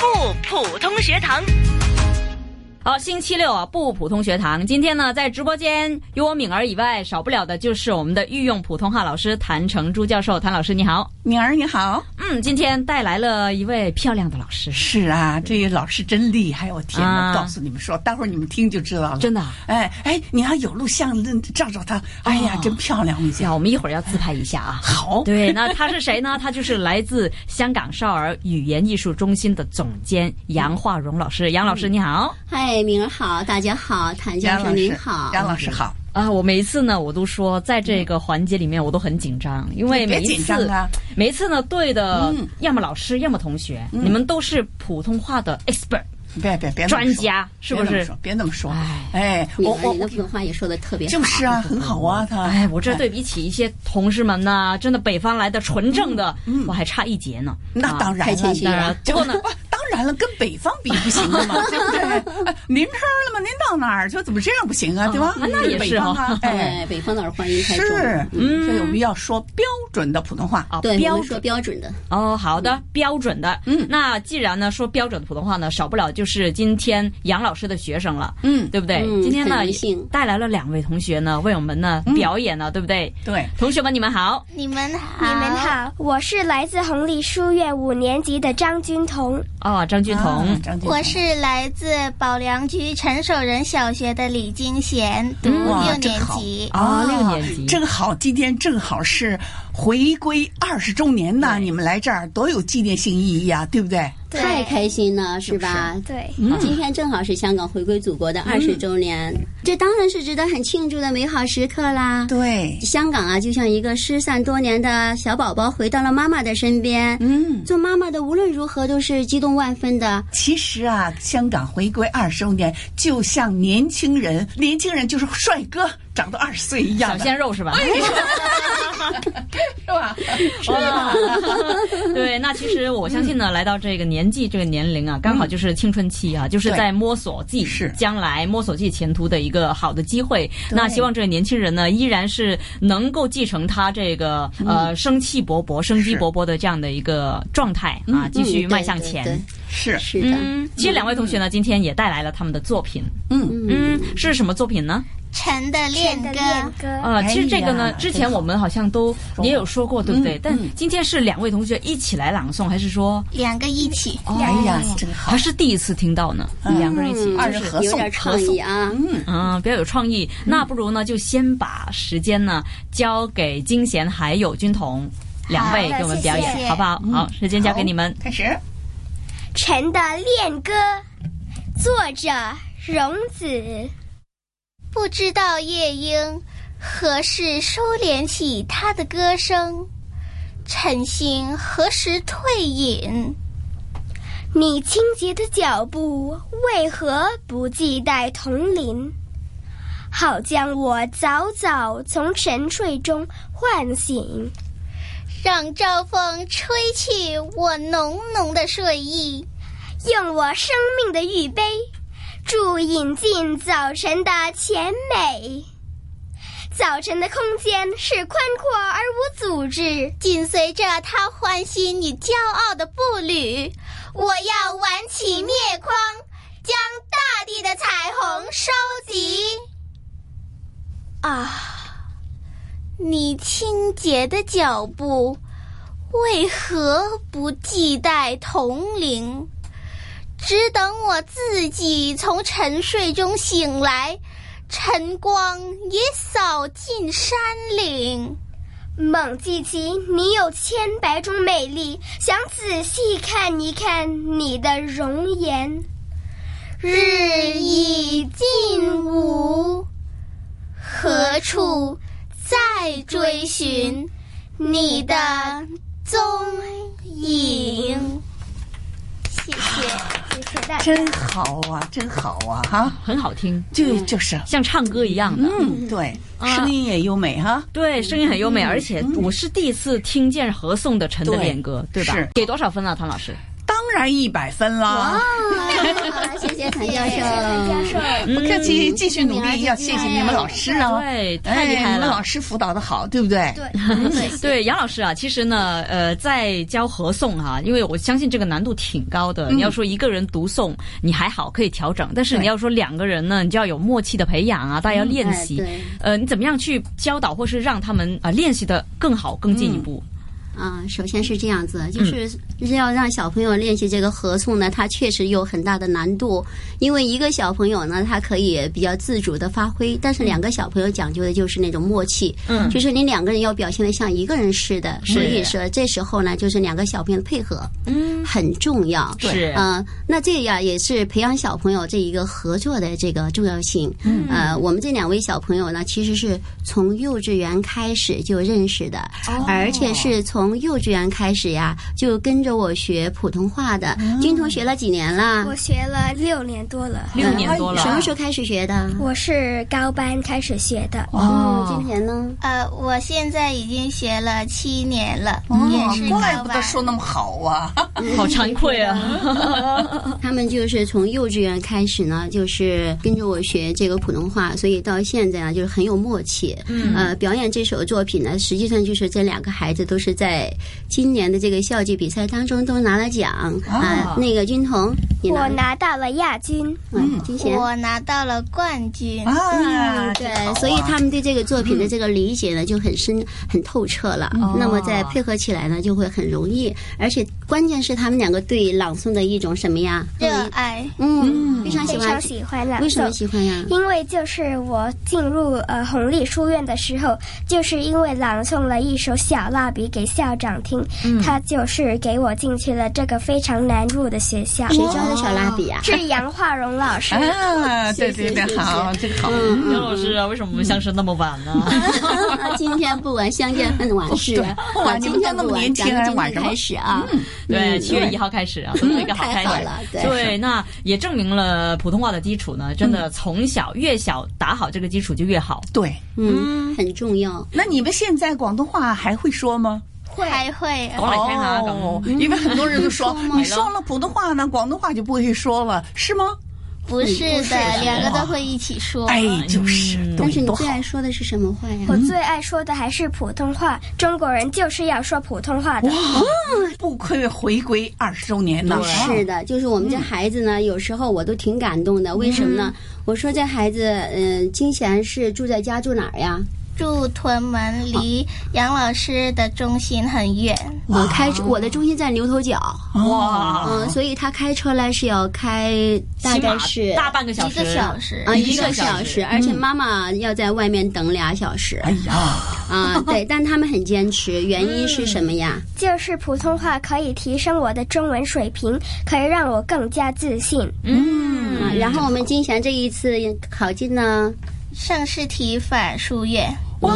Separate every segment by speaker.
Speaker 1: 普通学堂。
Speaker 2: 好，星期六啊，不普通学堂。今天呢，在直播间有我敏儿以外，少不了的就是我们的御用普通话老师谭成珠教授。谭老师你好，
Speaker 3: 敏儿你好，
Speaker 2: 嗯，今天带来了一位漂亮的老师，
Speaker 3: 是啊，这老师真厉害，我天哪！
Speaker 2: 啊
Speaker 3: 告诉你们说，待会儿你们听就知道了。
Speaker 2: 真的啊。
Speaker 3: 哎哎，你要有录像照照她，哎呀，
Speaker 2: 哦
Speaker 3: 真漂亮！我跟你讲，
Speaker 2: 呀，我们一会儿要自拍一下啊。
Speaker 3: 好，
Speaker 2: 对，那他是谁呢？他就是来自香港少儿语言艺术中心的总监杨化荣老师。杨老师你好。
Speaker 4: 嗨，明儿好，大家好，谭教
Speaker 3: 杨
Speaker 4: 授
Speaker 3: 老
Speaker 4: 您
Speaker 3: 师
Speaker 4: 好，
Speaker 3: 杨老师好，
Speaker 2: 啊，我每一次呢，我都说在这个环节里面，我都很紧张，因为
Speaker 3: 你别
Speaker 2: 每一
Speaker 3: 紧
Speaker 2: 次、
Speaker 3: 张啊
Speaker 2: 每一次呢，对的，
Speaker 3: 嗯
Speaker 2: 要么老师，要么同学，你们都是普通话的 expert
Speaker 3: 别别别那么说，
Speaker 2: 专家，是
Speaker 3: 别
Speaker 2: 不
Speaker 3: 那么
Speaker 2: 是
Speaker 3: 说？别那么说
Speaker 2: 哎，
Speaker 3: 哎，
Speaker 4: 敏
Speaker 3: 我
Speaker 4: 儿，
Speaker 3: 我
Speaker 4: 你的普通话也说的特别好，
Speaker 3: 就是啊，很好啊，她。
Speaker 2: 哎，我这对比起一些同事们呐，真的北方来的纯正的，我还差一截呢。
Speaker 3: 那
Speaker 2: 啊
Speaker 3: 当然
Speaker 4: 太谦
Speaker 3: 了
Speaker 4: 虚。
Speaker 2: 当然，不过呢，
Speaker 3: 哇， 当然了，跟北方比不行的 嘛，对不对？哎您这儿了吗？您到哪儿就怎么这样不行啊，对吧？
Speaker 2: 啊那也
Speaker 3: 北
Speaker 2: 是
Speaker 3: 方
Speaker 2: 哈
Speaker 3: 啊，哎
Speaker 4: 哎，，北方的欢迎太重
Speaker 3: 是
Speaker 4: 了，，
Speaker 2: 嗯
Speaker 3: 所以我们要说标准的普通话。
Speaker 2: 啊，
Speaker 4: 对，我
Speaker 2: 标
Speaker 4: 们说
Speaker 2: 准
Speaker 4: 标准的，
Speaker 2: 哦，好的，标准的。嗯，那既然呢说标准的普通话呢，少不了就是今天杨老师的学生了。
Speaker 3: 嗯，
Speaker 2: 对不对？
Speaker 4: 嗯
Speaker 2: 今天呢
Speaker 4: 很荣幸，
Speaker 2: 带来了两位同学呢，为我们呢、表演呢，对不对？
Speaker 3: 对，
Speaker 2: 同学们，你们好。
Speaker 5: 你们好，你们好，我是来自红里书院五年级的张君彤。
Speaker 2: 哦，张俊彤，
Speaker 3: 啊张俊
Speaker 6: 我是来自保良区陈守仁小学的李金贤，
Speaker 5: 嗯
Speaker 6: 读
Speaker 3: 哇
Speaker 6: 六
Speaker 3: 真
Speaker 6: 年
Speaker 3: 好啊
Speaker 6: 级。
Speaker 2: 哦，六年级，
Speaker 3: 正好今天正好是回归二十周年呢，
Speaker 2: 对
Speaker 3: 你们来这儿多有纪念性意义啊，对不对？
Speaker 6: 嗯
Speaker 5: 对
Speaker 4: 太开心了，是吧？
Speaker 5: 对，
Speaker 3: 嗯
Speaker 4: 今天正好是香港回归祖国的二十周年，这当然是值得很庆祝的美好时刻啦。
Speaker 3: 对，
Speaker 4: 香港啊，就像一个失散多年的小宝宝回到了妈妈的身边。
Speaker 3: 嗯，
Speaker 4: 做妈妈的无论如何都是激动万分的，
Speaker 3: 其实啊，香港回归二十周年，就像年轻人，年轻人就是帅哥长到二十岁一
Speaker 2: 小
Speaker 3: 样的，
Speaker 2: 鲜啊肉是吧？
Speaker 3: 是吧？
Speaker 2: 哇 对，那其实我相信呢，来到这个年纪这个年龄啊，刚好就是青春期啊，就是在摸索自己
Speaker 3: 是
Speaker 2: 将来、摸索自己前途的一个好的机会。那希望这个年轻人呢，依然是能够继承他这个呃生气勃勃、生机
Speaker 3: 是
Speaker 2: 勃勃的这样的一个状态啊，继续
Speaker 4: 嗯
Speaker 2: 迈
Speaker 4: 对
Speaker 2: 向
Speaker 4: 对
Speaker 2: 前。
Speaker 4: 对
Speaker 3: 是，
Speaker 4: 是的，
Speaker 2: 嗯，其实两位同学呢，今天也带来了他们的作品。
Speaker 3: 嗯，
Speaker 2: 嗯，是什么作品呢？
Speaker 6: 陈的恋
Speaker 5: 天的
Speaker 6: 歌，
Speaker 5: 恋歌，
Speaker 2: 呃，
Speaker 3: 哎呀
Speaker 2: 其实这个呢，
Speaker 3: 真
Speaker 2: 之前我们好像都也有说过，对不对
Speaker 3: 嗯？
Speaker 2: 但
Speaker 3: 嗯
Speaker 2: 今天是两位同学一起来朗诵，还是说？
Speaker 6: 两个一起。
Speaker 3: 哎呀，真好
Speaker 2: 还，是第一次听到呢，嗯两个人一起，
Speaker 3: 二
Speaker 4: 嗯，
Speaker 3: 人
Speaker 4: 就是
Speaker 3: 合
Speaker 4: 有
Speaker 3: 送
Speaker 4: 点创意啊，
Speaker 2: 嗯，比较有创意。那不如呢，就先把时间呢交给金贤还有君彤两位
Speaker 5: 好的
Speaker 2: 给我们表演，
Speaker 6: 谢谢
Speaker 2: 好不好？好，时间交给你们。
Speaker 3: 开始。
Speaker 5: 《晨的恋歌》，作者荣子。
Speaker 6: 不知道夜莺何时收敛起它的歌声，晨星何时退隐？
Speaker 5: 你清洁的脚步为何不系带铜铃？好将我早早从沉睡中唤醒。
Speaker 6: 让朝风吹去我浓浓的睡意。
Speaker 5: 用我生命的玉杯，注饮尽早晨的甜美。早晨的空间是宽阔而无组织，
Speaker 6: 紧随着他欢欣与骄傲的步履，我要挽起面筐，将大地的彩虹收集。啊，你清洁的脚步为何不系带铜铃？只等我自己从沉睡中醒来，晨光也扫尽山岭。
Speaker 5: 猛记起你有千百种美丽，想仔细看一看你的容颜。
Speaker 6: 日已尽午，何处再追寻你的踪影？ 谢谢。
Speaker 3: 真好啊，真好啊，哈，
Speaker 2: 很好听，
Speaker 3: 就就是，
Speaker 2: 像唱歌一样的。
Speaker 3: 嗯，对，声音也优美哈，
Speaker 2: 对，声音很优美，而且我是第一次听见合颂的《陈的
Speaker 3: 对
Speaker 2: 恋歌》，对吧
Speaker 3: 是？
Speaker 2: 给多少分啊，唐老师？
Speaker 3: 当然一百分啦！
Speaker 4: 好，谢谢谭教
Speaker 5: 教
Speaker 4: 授。
Speaker 5: 授，
Speaker 3: 不客气，继续努
Speaker 4: 明儿
Speaker 3: 力，
Speaker 4: 就
Speaker 3: 要嗯
Speaker 4: 进
Speaker 3: 谢
Speaker 4: 来
Speaker 3: 谢你们老师啊！
Speaker 2: 对，太
Speaker 3: 哎，
Speaker 2: 厉害
Speaker 3: 你们
Speaker 2: 了
Speaker 3: 老。师辅导的好，对不对？
Speaker 5: 对，
Speaker 2: 对杨老师啊，其实呢，呃，在教合诵哈、因为我相信这个难度挺高的。
Speaker 4: 嗯
Speaker 2: 你要说一个人独诵，你还好可以调整，但是
Speaker 3: 对
Speaker 2: 你要说两个人呢，你就要有默契的培养啊，大家要练
Speaker 4: 哎
Speaker 2: 习。
Speaker 4: 对
Speaker 2: 呃，你怎么样去教导或是让他们啊、呃练习的更好、更进一步？
Speaker 4: 啊、首先是这样子，就是
Speaker 2: 嗯
Speaker 4: 要让小朋友练习这个合诵呢，它确实有很大的难度，因为一个小朋友呢，他可以比较自主的发挥，但是两个小朋友讲究的就是那种默契，
Speaker 2: 嗯
Speaker 4: 就是你两个人要表现的像一个人似的，所以说这时候呢，就是两个小朋友的配合，嗯，很重要，
Speaker 2: 是
Speaker 4: 嗯、那这样也是培养小朋友这一个合作的这个重要性。嗯，呃，我们这两位小朋友呢，其实是从幼稚园开始就认识的，而且是从幼稚园开始呀，就跟着我学普通话的。军童学了几年了
Speaker 5: 我？学了六年多了，
Speaker 2: 六年多了，
Speaker 4: 嗯哎什么时候开始学的？
Speaker 5: 我是高班开始学的。
Speaker 2: 啊
Speaker 4: 哦，今天呢？
Speaker 6: 呃，我现在已经学了七年了，也是
Speaker 3: 哦怪
Speaker 6: 高
Speaker 3: 嗯不得
Speaker 6: 班
Speaker 3: 说那么好啊！
Speaker 2: 好惭愧
Speaker 4: 嗯
Speaker 2: 啊！
Speaker 4: 他们就是从幼稚园开始呢，就是跟着我学这个普通话，所以到现在啊，就是很有默契。嗯，呃，表演这首作品呢，实际上就是这两个孩子都是在今年的这个校际比赛当中都拿了奖啊、那个军童，你
Speaker 5: 我
Speaker 4: 拿了？
Speaker 5: 拿到了亚军，
Speaker 4: 嗯，金贤。
Speaker 6: 我拿到了冠军。
Speaker 3: 啊，
Speaker 4: 对
Speaker 3: 真好啊，
Speaker 4: 所以他们对这个作品的这个理解呢，就很深、很透彻了。那么再配合起来呢，就会很容易。而且关键是他们两个对朗诵的一种什么呀？
Speaker 6: 热爱，
Speaker 4: 嗯，非常喜
Speaker 5: 非
Speaker 4: 欢
Speaker 5: 常。喜欢啊朗
Speaker 4: 为什么
Speaker 5: 诵。
Speaker 4: 喜欢呀？
Speaker 5: 因为就是我进入呃红利书院的时候，就是因为朗诵了一首《小蜡笔》给校长听，他就是给我进去了这个非常难入的学校。
Speaker 4: 谁教的小蜡笔啊呀？
Speaker 5: 是杨化荣老师，
Speaker 3: 啊，对对
Speaker 4: 谢
Speaker 3: 对，
Speaker 4: 谢
Speaker 3: 好，这个好。 嗯
Speaker 2: 杨老师啊，为什么我们相识那么晚呢？
Speaker 4: 嗯今天不晚，相见恨晚事。
Speaker 3: 对哇
Speaker 4: 好，
Speaker 3: 你
Speaker 4: 今
Speaker 3: 们
Speaker 4: 天
Speaker 3: 都那
Speaker 4: 不
Speaker 3: 么
Speaker 4: 晚，
Speaker 3: 年
Speaker 4: 咱
Speaker 3: 轻
Speaker 4: 们
Speaker 3: 还
Speaker 4: 今
Speaker 3: 晚
Speaker 4: 天
Speaker 3: 什么
Speaker 4: 开始啊。
Speaker 2: 对，
Speaker 4: 嗯
Speaker 2: 七月一号开始啊，做一个好
Speaker 4: 太
Speaker 2: 开
Speaker 4: 好
Speaker 2: 始
Speaker 4: 了。对
Speaker 2: 对，那也证明了普通话的基础呢，真的从小越小打好这个基础就越好。
Speaker 3: 对，
Speaker 4: 嗯，很重要。
Speaker 3: 那你们现在广东话还会说吗？
Speaker 5: 会
Speaker 6: 还会
Speaker 2: 我来听下
Speaker 3: 哦
Speaker 2: 咁，
Speaker 3: 因为很多人都 说
Speaker 4: 嗯
Speaker 3: 你说了普通话呢，广东话就不会说了，是吗？
Speaker 6: 不是
Speaker 3: 是
Speaker 6: 的，
Speaker 3: 的
Speaker 6: 两个都会一起说。
Speaker 3: 哎，就是，对
Speaker 4: 哦嗯但是你
Speaker 3: 多
Speaker 4: 最
Speaker 3: 好
Speaker 4: 爱说的是什么话呀？
Speaker 5: 我最爱说的还是普通话，中国人就是要说普通话
Speaker 3: 嗯
Speaker 5: 的。
Speaker 3: 不愧回归二十周年呢，
Speaker 4: 嗯是的，就是我们这孩子呢，有时候我都挺感动的。为什么呢？我说这孩子，嗯、金贤是住在家住哪儿呀？
Speaker 6: 住屯门离杨老师的中心很远，
Speaker 4: 我开我的中心在牛头角，
Speaker 3: 啊哇，
Speaker 4: 嗯、所以他开车来是要开大
Speaker 2: 起
Speaker 4: 概
Speaker 2: 码
Speaker 4: 是
Speaker 2: 大半个小
Speaker 6: 一
Speaker 2: 时，
Speaker 6: 个小时。
Speaker 4: 啊
Speaker 2: 一
Speaker 4: 一
Speaker 2: 个
Speaker 4: 个
Speaker 2: 小
Speaker 4: 小
Speaker 2: 时
Speaker 4: 时，而且妈妈要在外面等俩小时
Speaker 3: 哎呀，
Speaker 4: 啊。对，但他们很坚持，原因是什么呀？
Speaker 5: 就是普通话可以提升我的中文水平，可以让我更加自信。
Speaker 2: 嗯
Speaker 4: 啊，然后我们金贤这一次考进呢，
Speaker 6: 盛世体法书院
Speaker 3: 哇，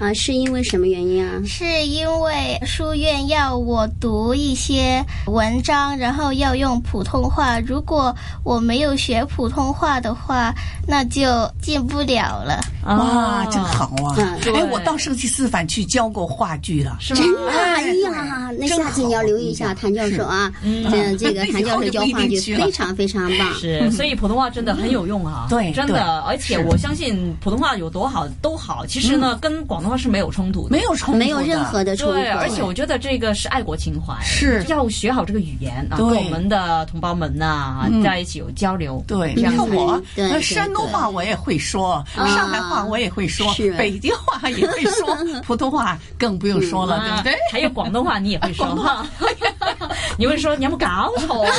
Speaker 4: 啊，是因为什么原因啊？
Speaker 6: 是因为书院要我读一些文章，然后要用普通话。如果我没有学普通话的话，那就进不了了。
Speaker 2: 哦
Speaker 3: 哇，真好啊
Speaker 4: 嗯！
Speaker 3: 哎
Speaker 2: 对，
Speaker 3: 我到设计师反去教过话剧了，
Speaker 2: 是吗？
Speaker 4: 真的，
Speaker 3: 哎
Speaker 4: 哎呀，那下次
Speaker 3: 真好
Speaker 4: 你要留意一下谭教授啊，这这个谭教授教话
Speaker 3: 以后就不一定去
Speaker 4: 剧
Speaker 3: 了
Speaker 4: 非常非常棒。
Speaker 2: 是，所以普通话真的很有用啊！
Speaker 3: 对
Speaker 2: 真
Speaker 3: 对
Speaker 2: 的，而且我相信普通话有多好都好，其实呢，跟广东话是没有冲突的。
Speaker 3: 没有冲突的，
Speaker 4: 没有任何嗯的冲突，
Speaker 2: 对，而且我觉得这个是爱国情怀，
Speaker 3: 是
Speaker 2: 要学好这个语言啊，跟
Speaker 3: 对
Speaker 2: 我们的同胞们呐、
Speaker 3: 嗯
Speaker 2: 在一起有交流。这
Speaker 3: 对，你
Speaker 2: 样
Speaker 3: 看
Speaker 2: 子
Speaker 3: 我，
Speaker 4: 嗯对
Speaker 3: 那
Speaker 4: 对
Speaker 3: 山东话我也会说，
Speaker 4: 啊
Speaker 3: 上海话我也会说
Speaker 4: 是，
Speaker 3: 北京话也会说， 普通话更不用说了，
Speaker 4: 嗯
Speaker 3: 对不对？
Speaker 2: 啊还有广东话你也会说哈，你会说你有没有搞错？啊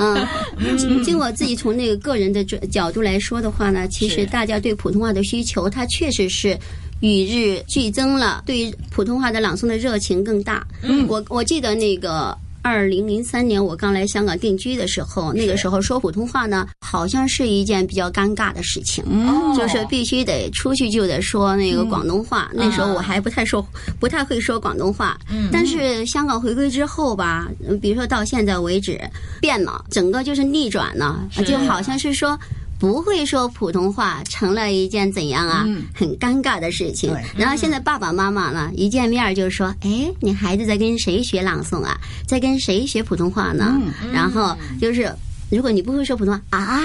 Speaker 4: 嗯，经我自己从那个个人的这角度来说的话呢，其
Speaker 2: 是
Speaker 4: 实大家对普通话的需求，它确实是。与日俱增了，对于普通话的朗诵的热情更大。嗯，我我记得那个二零零三年我刚来香港定居的时候，那个时候说普通话呢，好像是一件比较尴尬的事情，
Speaker 2: 哦
Speaker 3: 嗯
Speaker 4: 就是必须得出去就得说那个广东话。那时候我还不太说，不太会说广东话。嗯，但是香港回归之后吧，嗯比如说到现在为止，变了，整个就是逆转了，
Speaker 2: 是
Speaker 4: 就好像是说。不会说普通话成了一件怎样啊、
Speaker 3: 嗯
Speaker 4: 很尴尬的事情
Speaker 3: 对。
Speaker 4: 然后现在爸爸妈妈呢，一见面就说：“哎，你孩子在跟谁学朗诵啊？在跟谁学普通话呢？”
Speaker 3: 嗯
Speaker 4: 然后就是。如果你不会说普通话啊，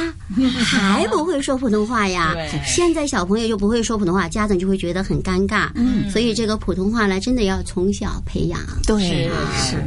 Speaker 4: 还不会说普通话 呀
Speaker 2: 对？
Speaker 4: 现在小朋友就不会说普通话，家长就会觉得很尴尬。嗯，所以这个普通话呢，真的要从小培养。啊
Speaker 3: 对
Speaker 2: 是，
Speaker 3: 是，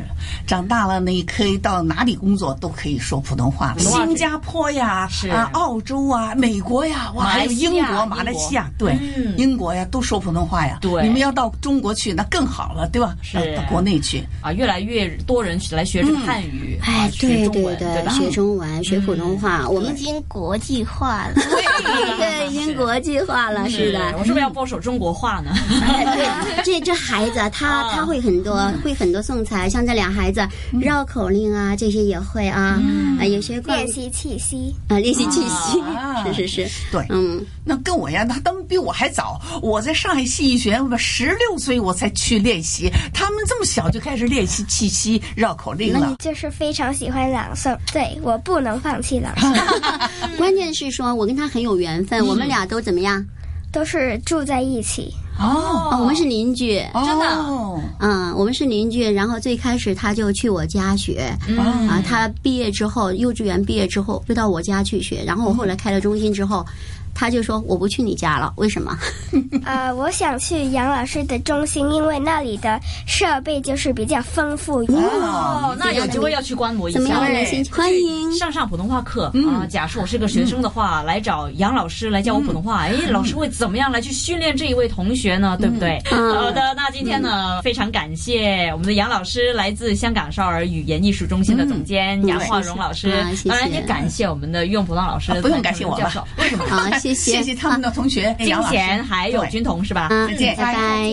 Speaker 3: 长大了呢，可以到哪里工作都可以说普通话，
Speaker 2: 通话
Speaker 3: 新加坡呀，
Speaker 2: 是
Speaker 3: 啊，澳洲啊，美国呀，哇，
Speaker 2: 马
Speaker 3: 还
Speaker 2: 来
Speaker 3: 有
Speaker 2: 西亚
Speaker 3: 英国、
Speaker 2: 英
Speaker 3: 马来
Speaker 2: 国
Speaker 3: 西亚，对，
Speaker 2: 嗯
Speaker 3: 英国呀，都说普通话呀。
Speaker 2: 对
Speaker 3: 你们要到中国去，那更好了，对吧？
Speaker 2: 是
Speaker 3: 到到国内去，
Speaker 2: 啊，越来越多人来学这个汉语，啊
Speaker 4: 哎，
Speaker 2: 学
Speaker 4: 对
Speaker 2: 中
Speaker 4: 对
Speaker 2: 文，对吧？
Speaker 4: 学中文，学普通话，啊我
Speaker 6: 已
Speaker 4: 们
Speaker 6: 经国际化了。
Speaker 4: 对嗯已经国际化了，是啊的。嗯哎
Speaker 2: 我是不是要播首中国话呢？
Speaker 4: 对，这这孩子啊他他会很多，会很多送财，像这俩孩子绕口令啊，这些也会啊，啊有些惯
Speaker 5: 练习气息。
Speaker 4: 啊练习气息
Speaker 3: 啊，
Speaker 4: 是是是，
Speaker 3: 对。
Speaker 4: 嗯，
Speaker 3: 那跟我一样，他们比我还早。我在上海戏剧学院，我十六岁我才去练习，他们这么小就开始练习气息、绕口令
Speaker 5: 那你
Speaker 3: 了。
Speaker 5: 嗯就是非常喜欢朗诵，对我不能放弃朗诵，
Speaker 4: 嗯关键是说我跟他很有缘分，我们俩都怎么样？
Speaker 5: 都是住在一起。
Speaker 3: 哦，
Speaker 4: 哦，我们是邻居。
Speaker 2: 真的
Speaker 3: 哦
Speaker 4: 嗯，我们是邻居。然后最开始他就去我家学，啊，他毕业之后，幼稚园毕业之后就到我家去学。然后我后来开了中心之后，他就说我不去你家了，为什么？
Speaker 5: 呃，我想去杨老师的中心，因为那里的设备就是比较丰富。
Speaker 2: 哦， 那有机会要去观摩一
Speaker 4: 怎么样
Speaker 2: 下哎
Speaker 4: 的。人心情？嗯欢迎。
Speaker 2: 上上普通话课啊！假设我是个学生的
Speaker 4: 嗯
Speaker 2: 话，来找杨老师来教我普通话。哎，老师会怎么样来去训练这一位同学呢？对不对？
Speaker 4: 嗯
Speaker 2: 好的，那今天呢，非常感谢我们的杨老师，来自香港少儿语言艺术中心的总监杨化荣老师
Speaker 4: 嗯谢。谢
Speaker 2: 当然也感谢我们的用普通话老师
Speaker 3: 啊，不用感谢我
Speaker 2: 教
Speaker 3: 了
Speaker 2: 授，
Speaker 3: 为什么？
Speaker 4: 啊好，谢
Speaker 3: 哎
Speaker 4: 哎
Speaker 3: 谢谢他们的同学，
Speaker 2: 哎金
Speaker 3: 杨老师
Speaker 2: 贤还有
Speaker 3: 对
Speaker 2: 军童是吧？
Speaker 4: 嗯，
Speaker 3: 再见
Speaker 4: 拜拜。